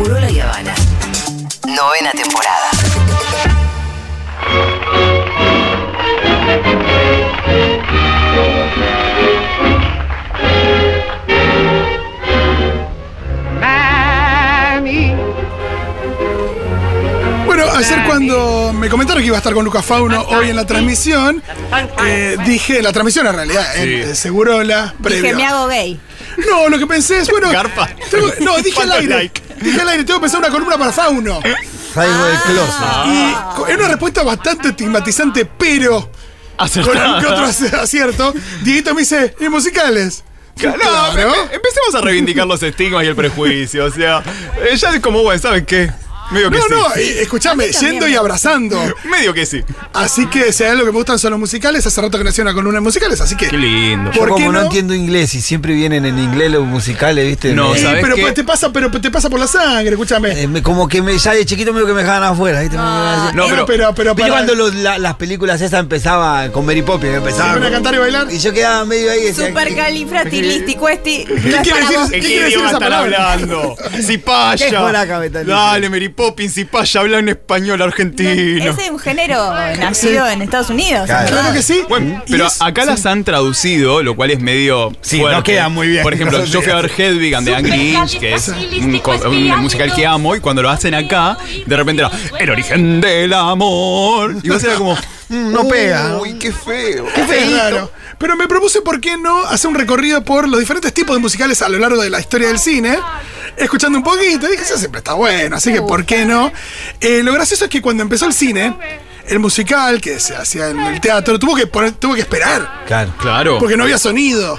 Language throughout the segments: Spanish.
Habana. Novena temporada. Bueno, ayer cuando me comentaron que iba a estar con Lucas Fauno hoy en la transmisión, eh, dije, la transmisión en realidad, en en Segurola, Ah, Dije, previo. me hago gay. No, lo que pensé es, bueno. Garpa. tengo- no, dije al Falta aire. like. Dije al aire, tengo que pensar una columna para Fauno. Salgo del Ah. closet. Y co- es una respuesta bastante estigmatizante, pero con Acertado. algún que otro ac- acierto. Dieguito me dice, ¿y musicales? No, Claro. empe- empecemos a reivindicar los estigmas y el prejuicio. O sea, eh, ya es como, bueno, ¿sabes qué? Medio que No, sí. no, y- escuchame, yendo y abrazando. Medio que sí. Así que si hay algo que me gustan son los musicales, hace rato que no hacía una columna de musicales, así que. lindo. Yo ¿Por qué como no? no? entiendo inglés y siempre vienen en inglés los musicales, ¿viste? No, Me- Sí, ¿sabes Eh, pero qué? te pasa, pero te pasa por la sangre, escúchame. eh, me- como que me, ya de chiquito medio que me dejaban afuera, ¿viste? No, pero, pero- pero, pero Viste para- cuando los- la- las películas esas empezaban con Mary Poppins, empezaban. ¿Iban a cantar y bailar? Ah, Y yo quedaba medio ahí. decía, Super califratilístico este. ¿Qué quiere decir? ¿Qué, quiere decir idioma esa están palabra? hablando? Qué joraca me Cipaya. están Dale, Mary Poppins, Cipaya, habla en español argentino. Ese es un género nacido en Estados Unidos. Claro. Claro que sí. Bueno, Y pero es- acá las han traducido, lo cual es medio. Sí, fuerte. no queda muy bien. Por ejemplo, No yo fui a ver Hedwig and the Angry Inch, que es un, co- un musical que amo, y cuando lo hacen acá, de repente era el origen del amor. Y vos era como, "Mm, No pega. uy, qué feo. Qué raro. Pero me propuse por qué no hacer un recorrido por los diferentes tipos de musicales a lo largo de la historia del cine, escuchando un poquito. Y dije, eso siempre está bueno, así que ¿por qué no? Eh, lo gracioso es que cuando empezó el cine, el musical que se hacía en el teatro tuvo que, poner- tuvo que esperar, Claro, Claro. porque no había sonido.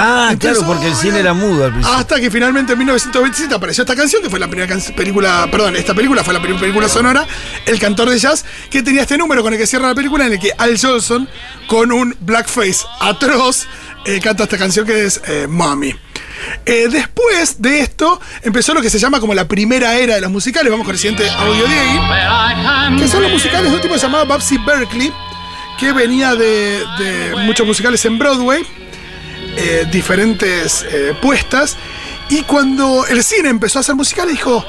Ah, claro, porque el cine era mudo al principio. Hasta que finalmente en 1927 apareció esta canción, que fue la primera can- película, perdón, esta película fue la primera película sonora, El cantor de jazz, que tenía este número con el que cierra la película, en el que Al Johnson, con un blackface atroz, eh, canta esta canción que es eh, Mommy. Eh, después de esto empezó lo que se llama como la primera era de los musicales, vamos con el siguiente audio de ahí, que son los musicales de un tipo que se llamaba Babsy Berkeley, que venía de- de muchos musicales en Broadway eh, diferentes eh, puestas. Y cuando el cine empezó a hacer musicales, dijo,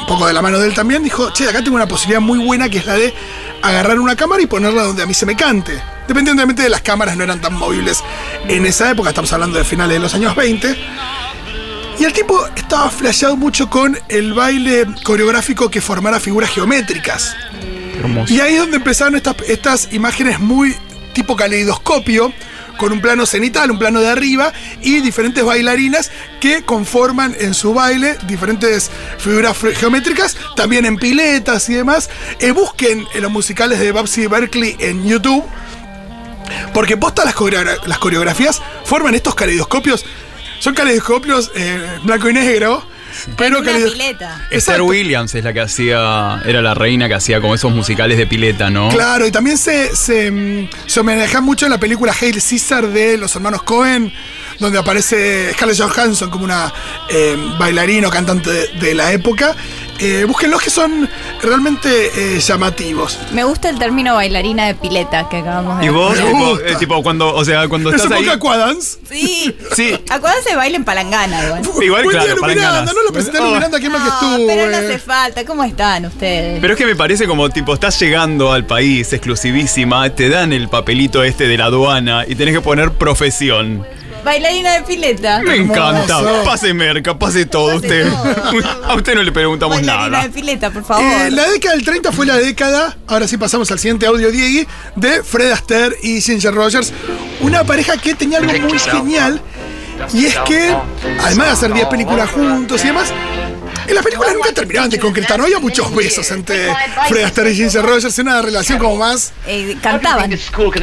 un poco de la mano de él también, dijo, che, acá tengo una posibilidad muy buena que es la de agarrar una cámara y ponerla donde a mí se me cante. Dependientemente de las cámaras, no eran tan móviles en esa época, estamos hablando de finales de los años 20. Y el tipo estaba flasheado mucho con el baile coreográfico que formara figuras geométricas. Y ahí es donde empezaron estas, estas imágenes muy tipo caleidoscopio, con un plano cenital, un plano de arriba y diferentes bailarinas que conforman en su baile diferentes figuras fre- geométricas, también en piletas y demás. Eh, busquen en los musicales de Babsy Berkeley en YouTube, porque posta las, coreogra- las coreografías forman estos caleidoscopios. Son caleidoscopios eh, blanco y negro, pero Una caleidos- pileta. Esther Exacto. Williams es la que hacía, era la reina que hacía como esos musicales de pileta, ¿no? Claro, y también se, se, mm, se homenajea mucho en la película Hail Caesar de los hermanos Cohen, donde aparece Scarlett Johansson como una eh, bailarina o cantante de, de la época. Eh, búsquenlos que son realmente eh, llamativos. Me gusta el término bailarina de pileta que acabamos de Y vos, Me tipo, gusta. eh, tipo, cuando, o sea, cuando ¿Es estás ahí. época Aquadance? Sí. Sí. Acuérdense de baile en palangana igual. Igual, Buen claro, día, Lu para Miranda, ganas. no lo presentaron Oh. Miranda, que mal que No, estuvo. Ah, pero no eh. hace falta. ¿Cómo están ustedes? Pero es que me parece como tipo, estás llegando al país exclusivísima, te dan el papelito este de la aduana y tenés que poner profesión. Bailarina de pileta. Me encanta. Hermoso. Pase merca, pase todo Pase usted. todo. A usted no le preguntamos Bailarina nada. de pileta, por favor. Eh, la década del 30 fue la década, ahora sí pasamos al siguiente audio, Diegui, de Fred Astaire y Ginger Rogers. Una pareja que tenía algo muy genial, y es que, además de hacer 10 películas juntos y demás, en las películas nunca terminaban de concretar, no había muchos besos entre Fred Astaire y Ginger Rogers, en una relación como más... Eh, cantaban.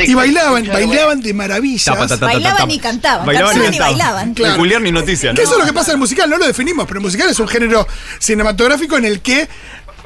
Y bailaban, bailaban de maravilla. Ta, pa, ta, ta, ta, Ah. Bailaban ta, ta. y cantaban, Bailaban y cantaban y cantaban. bailaban. Claro. Peculiar ni noticia, ¿no? Que eso es lo que pasa en el musical, no lo definimos, pero el musical es un género cinematográfico en el que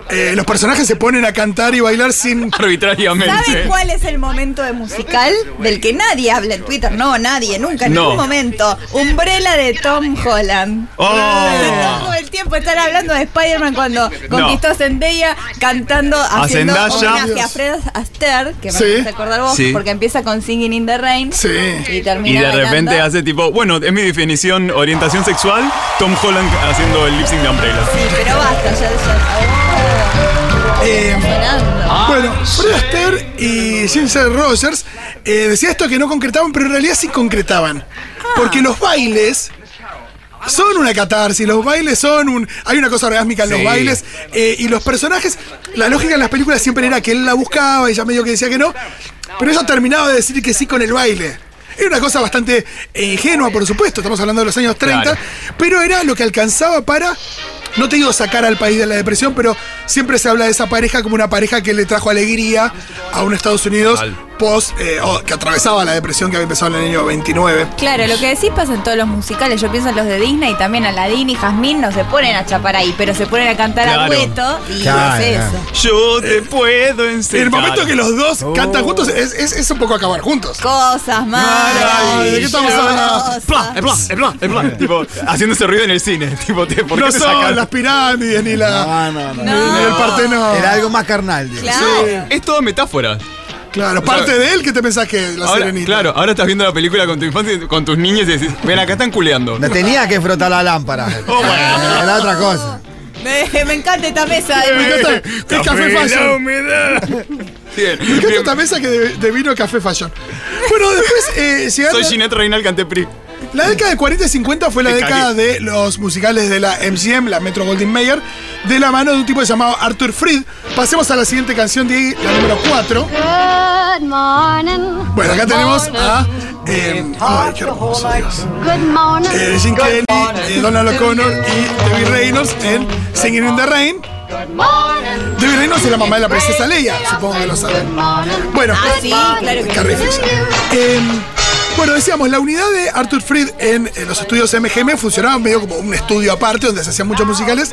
eh, los personajes se ponen a cantar y bailar sin... ¿Saben Arbitrariamente. cuál es el momento de musical del que nadie habla en Twitter? No, nadie, nunca, en No. ningún momento. Umbrella de Tom Holland. Oh. Se está todo el tiempo están hablando de Spider-Man cuando conquistó a Zendaya cantando, haciendo Zendaya. homenaje a Fred Astaire, que me Sí. vas a acordar vos, Sí. porque empieza con Singing in the Rain Sí. y termina Y de bailando. repente hace tipo, bueno, es mi definición, orientación sexual, Tom Holland haciendo el lip sync de Umbrella. Sí, pero basta, ya, ya. Eh, oh, sonando. Ah, Bueno, Fred Astaire y Ginger Rogers eh, decía esto que no concretaban, pero en realidad sí concretaban. Ah. Porque los bailes son una catarsis, los bailes son un. Hay una cosa orgásmica en los Sí. bailes. eh, y los personajes, la lógica en las películas siempre era que él la buscaba, ella medio que decía que no. Pero ella terminaba de decir que sí con el baile. Era una cosa bastante eh, ingenua, por supuesto, estamos hablando de los años 30, Claro. pero era lo que alcanzaba para, no te digo sacar al país de la depresión, pero siempre se habla de esa pareja como una pareja que le trajo alegría a un Estados Unidos Total. post, eh, o que atravesaba la depresión que había empezado en el año 29. Claro, lo que decís pasa en todos los musicales. Yo pienso en los de Disney, también Aladdin y Jasmine no se ponen a chapar ahí, pero se ponen a cantar Claro. a dueto y Claro, es eso. claro. Yo te puedo enseñar. el momento que los dos cantan juntos es, es- es un poco acabar juntos. Cosas malas. ¿de qué estamos hablando? Pla, eh, pla, eh, pla, eh, pla. tipo, haciendo ese ruido en el cine. Tipo, te, ¿por qué No te sacan? son las pirámides ni la. Ah, No, no, no. ni el No. Partenón. Era algo más carnal. digo. Claro. Es todo metáfora. Claro, parte de él que te pensás que es la Ahora, serenita. claro, ahora estás viendo la película con tu infancia, y con tus niños y decís, ven, acá están culeando. No tenía que frotar la lámpara. Oh, bueno. Era otra cosa. Me, me encanta esta mesa. Me encanta que es Café la Fashion. humedad. Bien, Me encanta bien. esta mesa que de, de vino Café Fashion. Bueno, después eh, llegando. Soy Ginette Reinal Cantepri. La década de 40 y 50 fue la Te década de los musicales de la MCM, la Metro Goldwyn Mayer, de la mano de un tipo llamado Arthur Fried. Pasemos a la siguiente canción de la número 4. Good morning. Bueno, acá tenemos a. eh, ay, qué hermoso Dios. Good morning. Eh, Jim Kelly, eh, Donald O'Connor y Debbie Reynolds en Singing in the Rain. Debbie Reynolds es la mamá de la princesa Leia, supongo que lo saben. Bueno, Ah, sí, Ah, claro que Carrie Fisher. Eh, bueno, decíamos, la unidad de Arthur Fried en, eh, los estudios MGM funcionaba medio como un estudio aparte donde se hacían muchos musicales,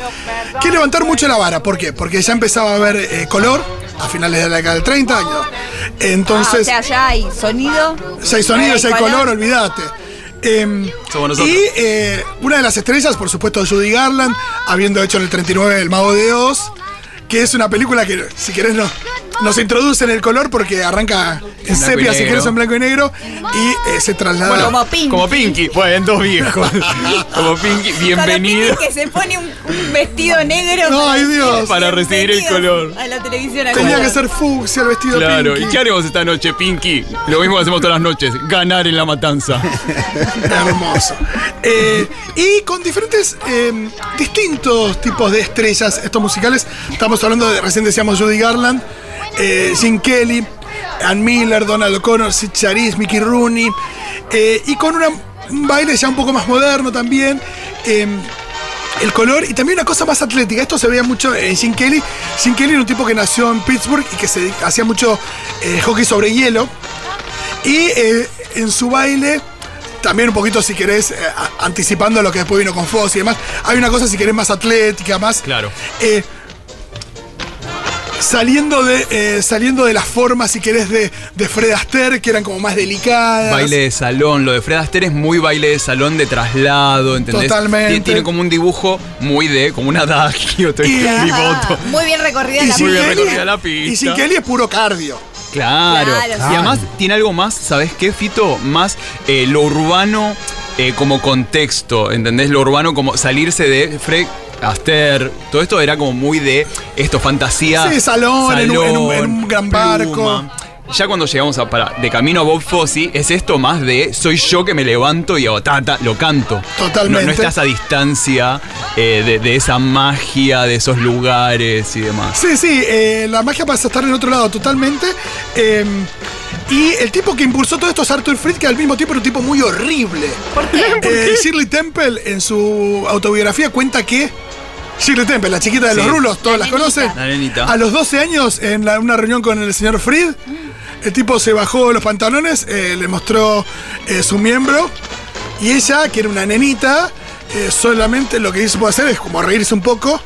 que levantaron mucho la vara. ¿Por qué? Porque ya empezaba a haber eh, color a finales de la década del 30 años. Ah, o Entonces, sea, ya hay sonido. ya hay sonido, ya hay color, olvídate. Em, Somos nosotros. y eh, una de las estrellas, por supuesto, Judy Garland, habiendo hecho en el 39 El Mago de Oz, que es una película que, si querés, no, nos introduce en el color porque arranca en y sepia, si negro. querés, en blanco y negro, y eh, se traslada. Bueno, Como Pinky. Como Pinky. Bueno, dos viejos. Como Pinky, bienvenido. Bienvenido. Que se pone un, un vestido negro. ¡Ay, Dios! Para recibir el Bienvenidos color. A la televisión. a Tenía color. que ser fucsia el vestido Claro, pinky. ¿y qué haremos esta noche, Pinky? Lo mismo que hacemos todas las noches, ganar en la matanza. Hermoso. Eh, y con diferentes, eh, distintos tipos de estrellas, estos musicales. Estamos hablando de, recién decíamos Judy Garland, eh, Jim Kelly, Ann Miller, Donald O'Connor, Sid Charisse, Mickey Rooney. eh, y con una- un baile ya un poco más moderno también. eh, el color y también una cosa más atlética. Esto se veía mucho en Jim Kelly. Jim Kelly era un tipo que nació en Pittsburgh y que se dedica- hacía mucho eh, hockey sobre hielo. Y eh, en su baile, también un poquito, si querés, eh, a- anticipando lo que después vino con Foss y demás, hay una cosa, si querés, más atlética, más. Claro. eh, Saliendo de, eh, saliendo de las formas, si querés, de, de Fred Astaire, que eran como más delicadas. Baile de salón, lo de Fred Astaire es muy baile de salón de traslado, ¿entendés? Totalmente. Tiene, tiene como un dibujo muy de, como un adagio, te- Y- pivoto. Ah, muy bien recorrida Y la Jim Muy bien Kelly- recorrida la pista. y Jim Kelly es puro cardio. Claro. Claro, sí. Y además tiene algo más, ¿sabes qué, Fito? Más eh, lo urbano eh, como contexto, ¿entendés? Lo urbano como salirse de Fred Astaire. Todo esto era como muy de esto, fantasía. Sí, salón, en un- en un- en un gran barco. Ya cuando llegamos a, para, de camino a Bob Fosse, es esto más de soy yo que me levanto y hago ta, ta, lo canto. Totalmente. No, no estás a distancia eh, de, de esa magia, de esos lugares y demás. Sí, sí, eh, la magia pasa a estar en otro lado totalmente. eh, y el tipo que impulsó todo esto es Arthur Fried, que al mismo tiempo era un tipo muy horrible. ¿Por qué? Eh, Shirley Temple en su autobiografía cuenta que. Shirley Temple, la chiquita de los Sí. rulos, todos La las nenita. conocen. La nenita. A los 12 años, en la- una reunión con el señor Fried, el tipo se bajó los pantalones, eh, le mostró eh, su miembro. Y ella, que era una nenita, eh, solamente lo que hizo puede hacer es como reírse un poco.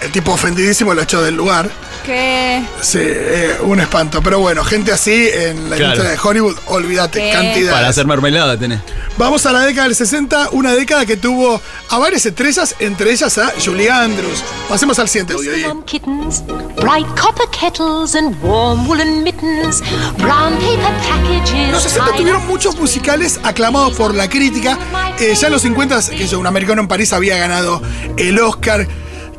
el tipo ofendidísimo lo echó del lugar. Que. Sí, eh, un espanto. Pero bueno, gente así en la Claro. industria de Hollywood, olvídate, Sí. cantidad. Para hacer mermelada tenés. Vamos a la década del 60, una década que tuvo a varias estrellas, entre ellas a Julie Andrews. Pasemos al siguiente audio. Diego. Some kittens, bright copper kettles and warm woolen mittens, brown paper packages. Los 60 tuvieron muchos musicales aclamados por la crítica. Eh, ya en los 50, que yo, un americano en París había ganado el Oscar,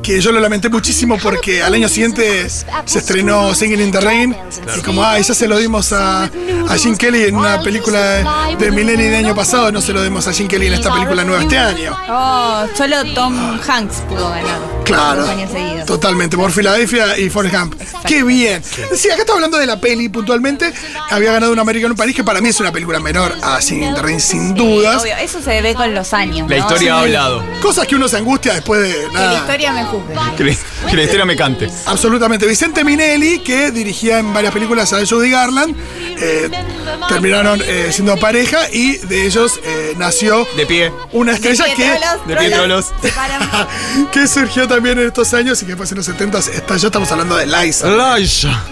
que yo lo lamenté muchísimo porque al año siguiente se estrenó Singing in the Rain. Y como, ay, ya se lo dimos a, a Jim Kelly en una película de Millennium del año pasado, no se lo dimos a Jim Kelly en esta película nueva este año. Oh, solo Tom Hanks pudo ganar. Claro. Dos años seguidos. Totalmente, por Filadelfia y Forrest Gump. Qué bien. Sí, acá está hablando de la peli puntualmente. Había ganado un americano en París, que para mí es una película menor a Singing in the Rain, sin dudas. Obvio, eso se ve con los años. La ¿no? historia ha hablado. Cosas que uno se angustia después de Que la nada. historia me juzgue. Que, le- que la historia me cante. Absolutamente. Vicente Minelli, que dirigía en varias películas a Judy Garland, eh, terminaron eh, siendo pareja y de ellos eh, nació De pie. una estrella De que, Pietrolos, de Pietrolos. Se paran. que surgió también en estos años y que después en los 70 está, ya estamos hablando de Liza. Laisha.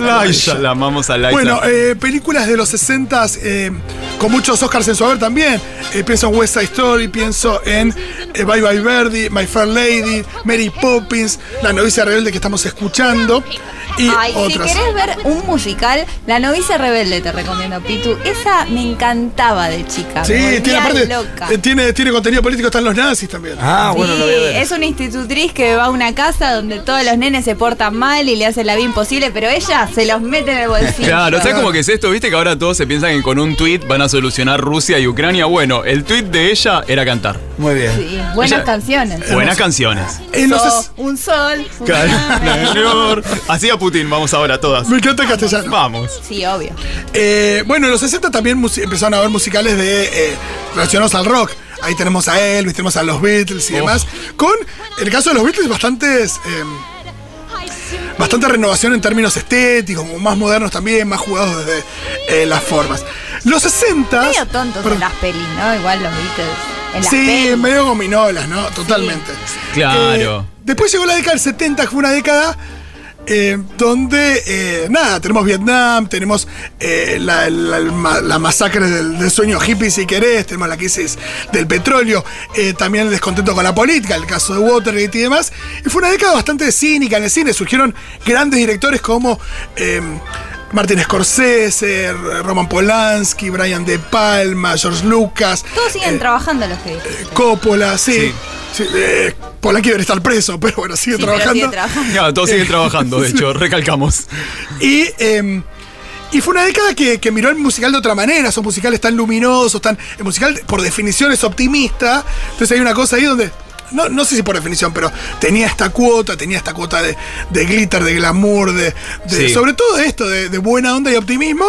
Laisha. La amamos a Laisha. Bueno, eh, películas de los 60 eh, con muchos Oscars en su haber también. Eh, pienso en West Side Story, pienso en eh, Bye Bye Verdi, My Fair Lady, Mary Poppins, La novicia rebelde que estamos escuchando y Ay, otras. si querés ver un musical, La novicia rebelde te recomiendo, Pitu. Esa me encantaba de chica. Sí, me tiene volvía aparte, loca. eh, tiene, tiene contenido político, están los nazis también. Ah, bueno, Sí, lo voy a ver. es una institutriz que va a una casa donde todos los nenes se portan mal y le hacen la vida imposible, pero ella se los mete en el bolsillo. Claro, ¿sabes cómo que es esto? ¿Viste que ahora todos se piensan que con un tweet van a solucionar Rusia y Ucrania? Bueno, el tweet de ella era cantar. Muy bien. Sí, buenas Ella- canciones. Buenas canciones. Eh, no sé si- So- un sol. un- Señor. Así a Putin, vamos ahora todas. me encanta el castellano. Vamos. Sí, obvio. Eh, bueno, en los 60 también mus- empezaron a haber musicales de eh, relacionados al rock. Ahí tenemos a Elvis, tenemos a los Beatles y Oh. demás. Con, en el caso de los Beatles, bastantes. eh, Bastante renovación en términos estéticos, como más modernos también, más jugados desde eh, las formas. Los 60. Ah, Medio tontos en las pelis, ¿no? Igual los Beatles. En las sí, pelis. medio gominolas, ¿no? Totalmente. Claro. Eh, después llegó la década del 70, que fue una década eh, donde, eh, nada, tenemos Vietnam, tenemos eh, la, la- el ma- la masacre del, del sueño hippie, si querés, tenemos la crisis del petróleo, eh, también el descontento con la política, el caso de Watergate y demás. Y fue una década bastante cínica en el cine, surgieron grandes directores como... eh, Martin Scorsese, Roman Polanski, Brian De Palma, George Lucas. Todos siguen eh, trabajando los que dicen. Coppola, sí. Sí, eh, Polanqui debe estar preso, pero bueno, sigue Sí, pero trabajando. sigue trabajando. Claro, todos siguen trabajando, de hecho, recalcamos. Y, eh, y fue una década que, que miró el musical de otra manera. Son musicales tan luminosos, tan. El musical, por definición, es optimista. Entonces hay una cosa ahí donde. No, no sé si por definición, pero tenía esta cuota, tenía esta cuota de, de glitter, de glamour, de, de- Sí. sobre todo esto, de, de buena onda y optimismo.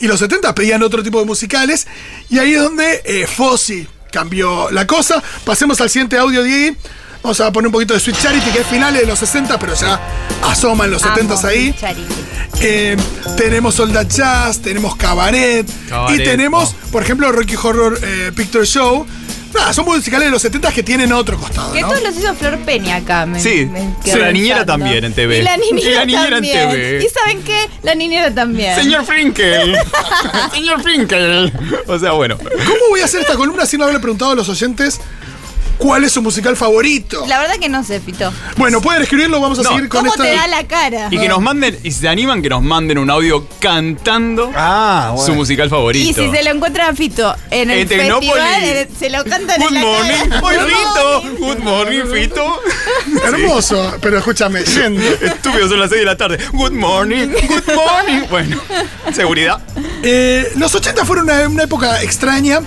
Y los 70 pedían otro tipo de musicales. Y ahí es donde eh, Fossi cambió la cosa. Pasemos al siguiente audio, Diego. Vamos a poner un poquito de Sweet Charity, que es finales de los 60, pero ya asoman los 70 Amo, ahí. Charity. Eh, tenemos Soldat Jazz, tenemos Cabaret, Cabaret, y tenemos, no. por ejemplo, Rocky Horror eh, Picture Show. Nada, son musicales de los 70 que tienen otro costado, Que ¿no? todos los hizo Flor Peña acá. Me, Sí, me sí, quedo la niñera pensando. también en TV. Y la niñera, Y la niñera en también. TV. ¿Y saben qué? La niñera también. Señor Finkel. Señor Finkel. O sea, bueno. ¿Cómo voy a hacer esta columna sin haberle preguntado a los oyentes cuál es su musical favorito? La verdad que no sé, Fito. Bueno, pueden escribirlo, vamos a No. seguir con ¿Cómo esta. te da la cara? Y que nos manden, y si se animan, que nos manden un audio cantando Ah, bueno. su musical favorito. Y si se lo encuentra a Fito en el En Tecnópolis. festival, en- se lo cantan Good en la morning, cara. Good Fito. morning. Good morning, Fito. Hermoso, pero escúchame, yendo. Estúpido, son las 6 de la tarde. Good morning, good morning. Bueno, seguridad. Eh, los 80 fueron una, una época extraña.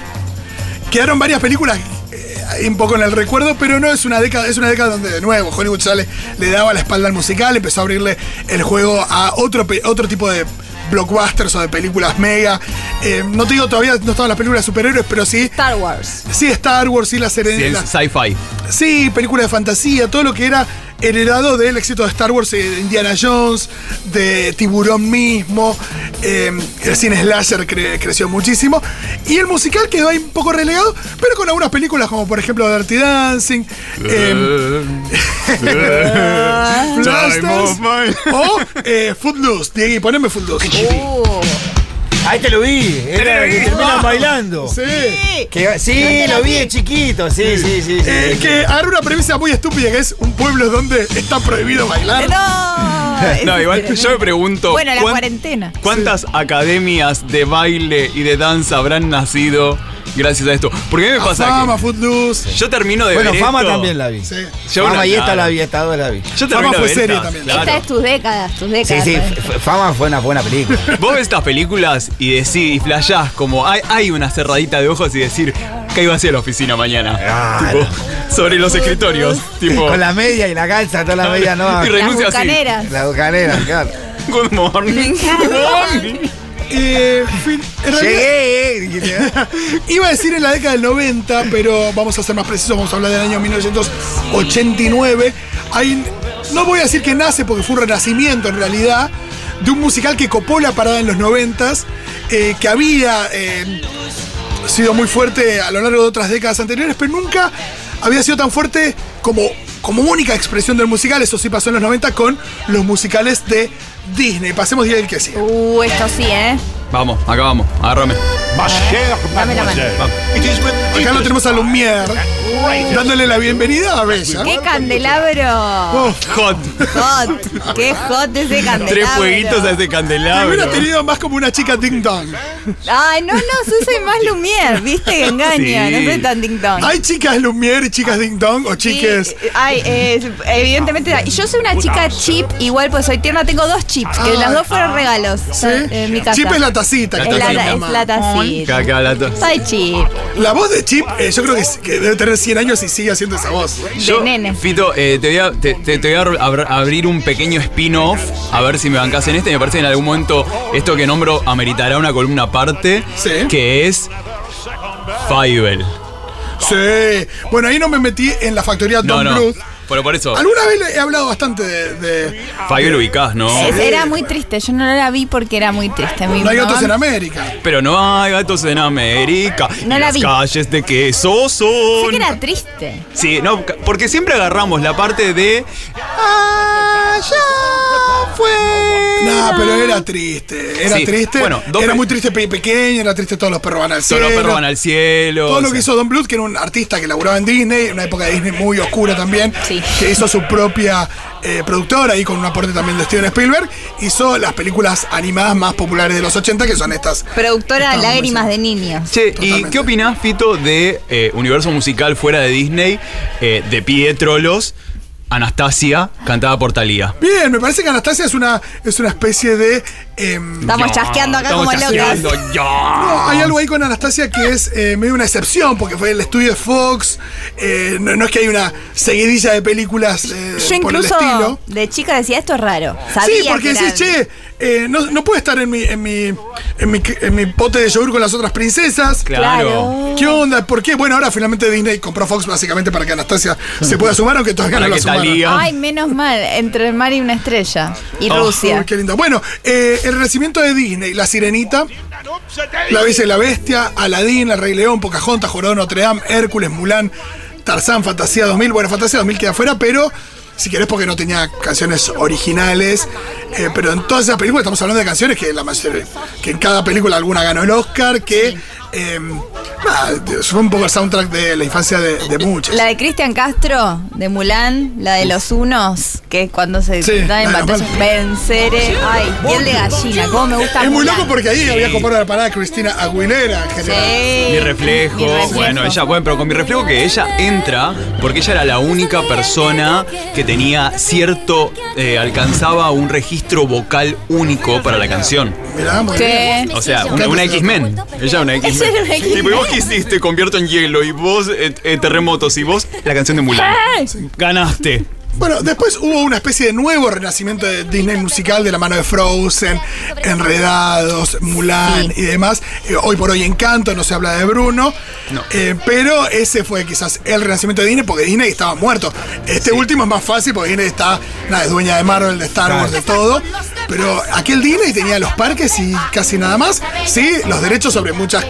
Quedaron varias películas eh, un poco en el recuerdo, pero no es una década, es una década donde de nuevo Hollywood ya le, le daba la espalda al musical, empezó a abrirle el juego a otro, pe- otro tipo de blockbusters o de películas mega. Eh, no te digo todavía, no estaban las películas de superhéroes, pero sí. Star Wars. Sí, Star Wars, sí, la Sí, serie. es sci-fi. Sí, películas de fantasía, todo lo que era heredado del éxito de Star Wars, eh, de Indiana Jones, de Tiburón mismo. eh, el cine slasher cre- creció muchísimo. Y el musical quedó ahí un poco relegado, pero con algunas películas como por ejemplo Dirty Dancing. eh, Flashdance. Time of my- O eh, Footloose. Diego, poneme Footloose. Uh, Ahí te lo vi. Era el que terminan bailando. Sí. Que- sí, lo vi de chiquito. Sí, sí, sí. sí, Eh, sí. que agarra una premisa muy estúpida que es un pueblo donde está prohibido bailar. no. No, Eso igual quiero. yo me pregunto. Bueno, la ¿cuán- cuarentena. ¿Cuántas academias de baile y de danza habrán nacido gracias a esto? Porque a mí me pasa Ah, Fama, que Footloose. yo termino de Bueno, ver fama esto- también la vi. Sí. Yo fama una- y esta claro. la vi, esta dos la vi. Fama Yo termino de fue ver serie estas, también. claro. Esta es tus décadas, tus Sí, décadas. ¿eh? sí, f- f- fama fue una buena película. Vos ves estas películas y decís, y flashás como hay, hay una cerradita de ojos y decir, ¿qué iba a hacer la oficina mañana? Tipo, sobre los escritorios. Tipo, Con la media y la calza, toda la media no. Y re- Las renuncia así. bucaneras. La bucanera, claro. good morning. Good morning. Eh, fin- en realidad- Llegué, eh. Iba a decir en la década del 90, pero vamos a ser más precisos, vamos a hablar del año 1989. Hay, no voy a decir que nace porque fue un renacimiento en realidad, de un musical que copó la parada en los 90, eh, que había eh, sido muy fuerte a lo largo de otras décadas anteriores, pero nunca había sido tan fuerte como, como única expresión del musical. Eso sí pasó en los 90 con los musicales de Disney. Pasemos de ahí que sí. Uh, esto sí, ¿eh? Vamos, acá vamos, agárrame. Dame la mano. Acá lo tenemos a Lumière dándole la bienvenida a Bella. ¡Qué candelabro! Oh. Hot. ¡Hot! ¡Qué hot ese candelabro! Tres fueguitos a ese Me candelabro. hubiera tenido más como una chica ding dong. Ay, no, no, yo soy más Lumière, viste que engaña, Sí. no soy tan ding dong. Hay chicas Lumière y chicas ding dong o Sí, chiques. Ay, eh, evidentemente. y Yo soy una chica chip, igual pues soy tierna, tengo dos chips, que Ah. las dos fueron regalos eh, ¿Sí? en mi casa. Chip es la tacita. La que Es la, está tacita. mi es mamá. la tacita. Acá la to- Soy chip, La voz de Chip, eh, yo creo que, que debe tener 100 años y sigue haciendo esa voz. Yo, de nene. Fito, eh, te voy a, te- te- te voy a abr- abrir un pequeño spin-off, a ver si me bancas en este. Me parece que en algún momento esto que nombro ameritará una columna aparte, Sí. que es Fievel. Sí. Bueno, ahí no me metí en la factoría Tom No, no. Cruise. Pero por eso, Alguna vez le he hablado bastante de. de- Fievel ubicás, ¿no? Es- Era muy triste, yo no la vi porque era muy triste. Mi no hay gatos mamá- en América. Pero no hay gatos en América. No y la las vi. calles de queso Sé son. que era triste. Sí, no, ca- porque siempre agarramos la parte de. Allá fue. No, pero era triste. Era Sí. triste. Bueno, dos era ve- muy triste pe- pequeño, era triste todos los perros van al Solo cielo. perro van al cielo. Todo lo o que sea. hizo Don Bluth, que era un artista que laburaba en Disney, una época de Disney muy oscura también, Sí. que hizo su propia eh, productora y con un aporte también de Steven Spielberg, hizo las películas animadas más populares de los 80, que son estas. Productora Estamos Lágrimas muy- de Niños. Che, ¿y Totalmente. qué opinás, Fito, de eh, universo musical fuera de Disney, eh, de Pie Trolos, Anastasia, cantada por Thalía? Bien, me parece que Anastasia es una, es una especie de... em, Estamos chasqueando acá Estamos como chasqueando, locas. ya. No, hay algo ahí con Anastasia que es eh, medio una excepción, porque fue el estudio de Fox, eh, no, no es que hay una seguidilla de películas eh, Yo por el estilo. incluso de chica decía esto es raro. Sabía Sí, porque que era- decís, che, eh, no, no puede estar en mi, en, mi, en, mi, en mi pote de yogur con las otras princesas. Claro. ¿Qué onda? ¿Por qué? Bueno, ahora finalmente Disney compró Fox básicamente para que Anastasia se pueda sumar, aunque todavía Para no la que sumaron. Thalía- Ay, menos mal, entre el mar y una estrella. Y Oh, Uy, Rusia. qué lindo. Bueno, eh, el renacimiento de Disney, La Sirenita, La Bella y la Bestia, Aladín, El Rey León, Pocahontas, Jorobado de Notre Dame, Hércules, Mulán, Tarzán, Fantasía 2000. Bueno, Fantasía 2000 queda afuera, pero si querés porque no tenía canciones originales. eh, pero en todas esas películas estamos hablando de canciones que la mayoría- que en cada película alguna ganó el Oscar, que eh, nada, fue un poco el soundtrack de la infancia de, de muchos. La de Cristian Castro, de Mulan, la de los unos, que cuando se Sí, dan en la de batallas, Napalm. Venceré. Ay, piel de gallina, cómo me gusta. es muy Mulan. loco porque ahí había comprado la parada de Cristina Aguilera, en Sí. general. Mi reflejo. Mi reflejo. Bueno, ella, bueno, pero con mi reflejo que ella entra, porque ella era la única persona que tenía cierto, eh, alcanzaba un registro vocal único para la canción. Mirá, muy bien. Sí. O sea, una, una X-Men. Ella una X-Men. Ella era una X-Men. Tipo, ¿y vos qué hiciste? Convierto en hielo. Y vos, eh, eh, terremotos. Y vos, la canción de Mulan. Ah, Ganaste. Bueno, después hubo una especie de nuevo renacimiento de Disney musical de la mano de Frozen, Enredados, Mulan Sí. y demás. Eh, hoy por hoy Encanto, no se habla de Bruno. No. Eh, pero ese fue quizás el renacimiento de Disney porque Disney estaba muerto. Este último es más fácil porque Disney está, nada, es dueña de Marvel, de Star Wars, de todo. Pero aquel Disney tenía los parques y casi nada más. Sí, los derechos sobre muchas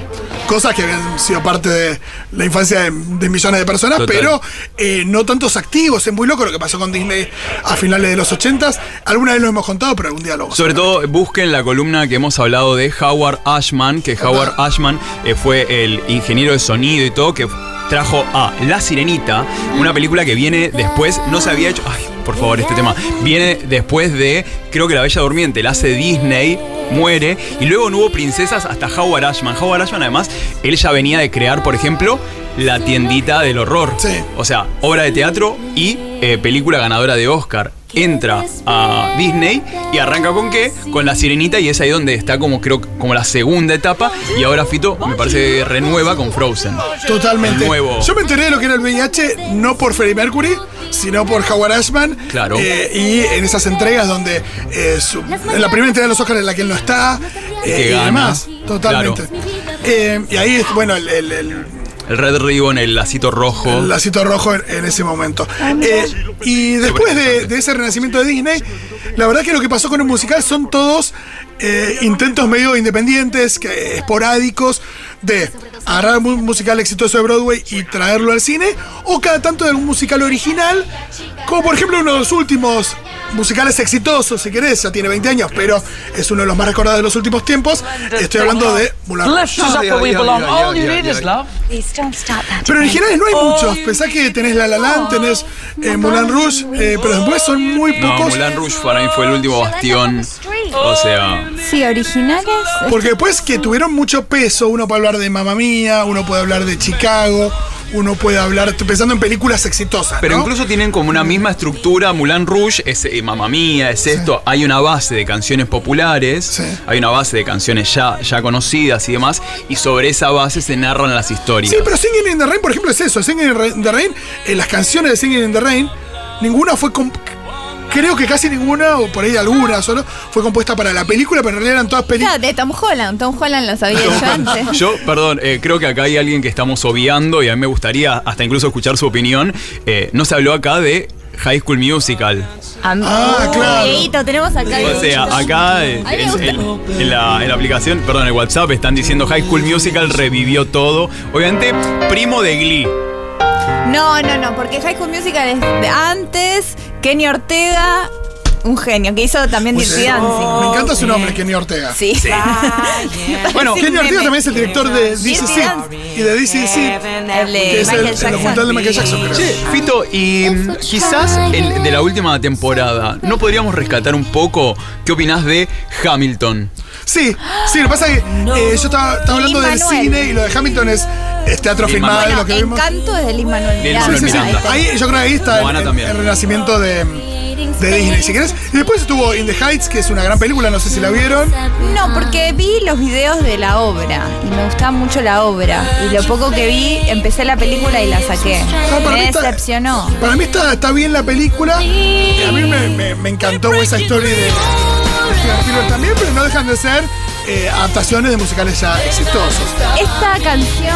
cosas que habían sido parte de la infancia de, de millones de personas, Total. pero eh, no tantos activos. Es muy loco lo que pasó con Disney a finales de los 80s. Alguna vez lo hemos contado, pero algún día lo vamos a Sobre todo busquen la columna que hemos hablado de Howard Ashman, que Howard Ashman eh, fue el ingeniero de sonido y todo, que trajo a La Sirenita, una película que viene después, no se había hecho, ay, por favor, este tema, viene después de, creo que La Bella Durmiente, la hace Disney, muere, y luego no hubo princesas hasta Howard Ashman. Howard Ashman además, él ya venía de crear, por ejemplo, La tiendita del horror. Sí. O sea, obra de teatro y eh, película ganadora de Oscar. Entra a Disney y arranca con qué? Con la sirenita y es ahí donde está como creo como la segunda etapa y ahora Fito me parece que renueva con Frozen. Totalmente. El nuevo. Yo me enteré de lo que era el VIH no por Freddie Mercury, sino por Howard Ashman. Claro. Eh, y en esas entregas donde eh, su- en la primera entrega de los Oscars en la que él no está. eh, que y gana. demás. Totalmente. Claro. Eh, y ahí es, bueno, el, el- el- El Red Ribbon, el lacito rojo. el lacito rojo en, en ese momento. Eh, y después de, de ese renacimiento de Disney, la verdad que lo que pasó con el musical son todos eh, intentos medio independientes, que- esporádicos, de agarrar un musical exitoso de Broadway y traerlo al cine, o cada tanto de algún musical original, como por ejemplo uno de los últimos musicales exitosos, si querés, ya tiene 20 años, pero es uno de los más recordados de los últimos tiempos. Estoy hablando de Mulan. Left is up yeah, where we yeah, belong. yeah, All yeah, you need yeah, is yeah. love. Please don't start that. Pero originales no hay muchos. Pensá que tenés La La Land, tenés eh, Moulin Rouge, eh, pero después son muy No, pocos. Moulin Rouge para mí fue el último bastión. Oh. O sea, Sí, originales. Porque después que tuvieron mucho peso, uno puede hablar de Mamma Mía, uno puede hablar de Chicago, uno puede hablar, estoy pensando en películas exitosas. pero ¿no? incluso tienen como una misma estructura, Mulan Rouge es eh, Mamma Mía, es esto, hay una base de canciones populares, Sí. hay una base de canciones ya, ya conocidas y demás, y sobre esa base se narran las historias. Sí, pero Singing in the Rain, por ejemplo, es eso. Singing in Ra- in the Rain, eh, las canciones de Singing in the Rain, ninguna fue. comp- Creo que casi ninguna, o por ahí alguna solo, fue compuesta para la película, pero en realidad eran todas películas. Claro, de Tom Holland. Tom Holland lo sabía yo antes. Yo, perdón, eh, creo que acá hay alguien que estamos obviando y a mí me gustaría hasta incluso escuchar su opinión. Eh, no se habló acá de High School Musical. Am- Ah, claro. Dieguito, tenemos acá. O sea, Dieguito. acá eh, A mí me en, gusta. en- en la, en la aplicación, perdón, en el WhatsApp están diciendo High School Musical revivió todo. Obviamente, primo de Glee. No, no, no, porque High School Musical es de antes. Kenny Ortega, un genio, que hizo también Uy, Oh. Dirty Dancing. Me encanta su nombre, Kenny Ortega. Sí. Bueno, Sí, Kenny Ortega meme. también es el director de DCC y de DCC. El de Que es el, Michael el Jackson. documental de Michael Jackson, creo. Che, Fito, y mm, quizás el de la última temporada, ¿no podríamos rescatar un poco qué opinás de Hamilton? Sí, sí, lo que pasa es que eh, yo estaba, estaba hablando del Lin-Manuel. cine y lo de Hamilton es, es teatro Lin-Manuel. filmado, Bueno, lo que vimos. Encanto es de Lin Manuel Lin-Manuel Sí, sí, Miranda. sí. Miranda. Ahí, yo creo que ahí está Moana el, también. el renacimiento de, de Disney, si querés. Y después estuvo In the Heights, que es una gran película, no sé si la vieron. No, porque vi los videos de la obra y me gustaba mucho la obra. Y lo poco que vi, empecé la película y la saqué. No, para Me mí está- decepcionó. Para mí está, está bien la película. A mí me, me- me encantó esa historia de Steven Spielberg también, pero no dejan de ser eh, adaptaciones de musicales ya exitosos. Esta canción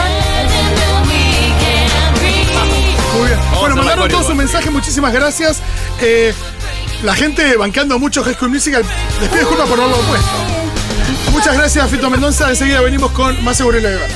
Muy bien. Bueno, a mandaron Michael todos igual. sus mensajes, muchísimas gracias. Eh, la gente bancando mucho High School Musical. Les pido disculpas por no haberlo puesto. Muchas gracias, Fito Mendoza. Enseguida venimos con más Seguro y Legal.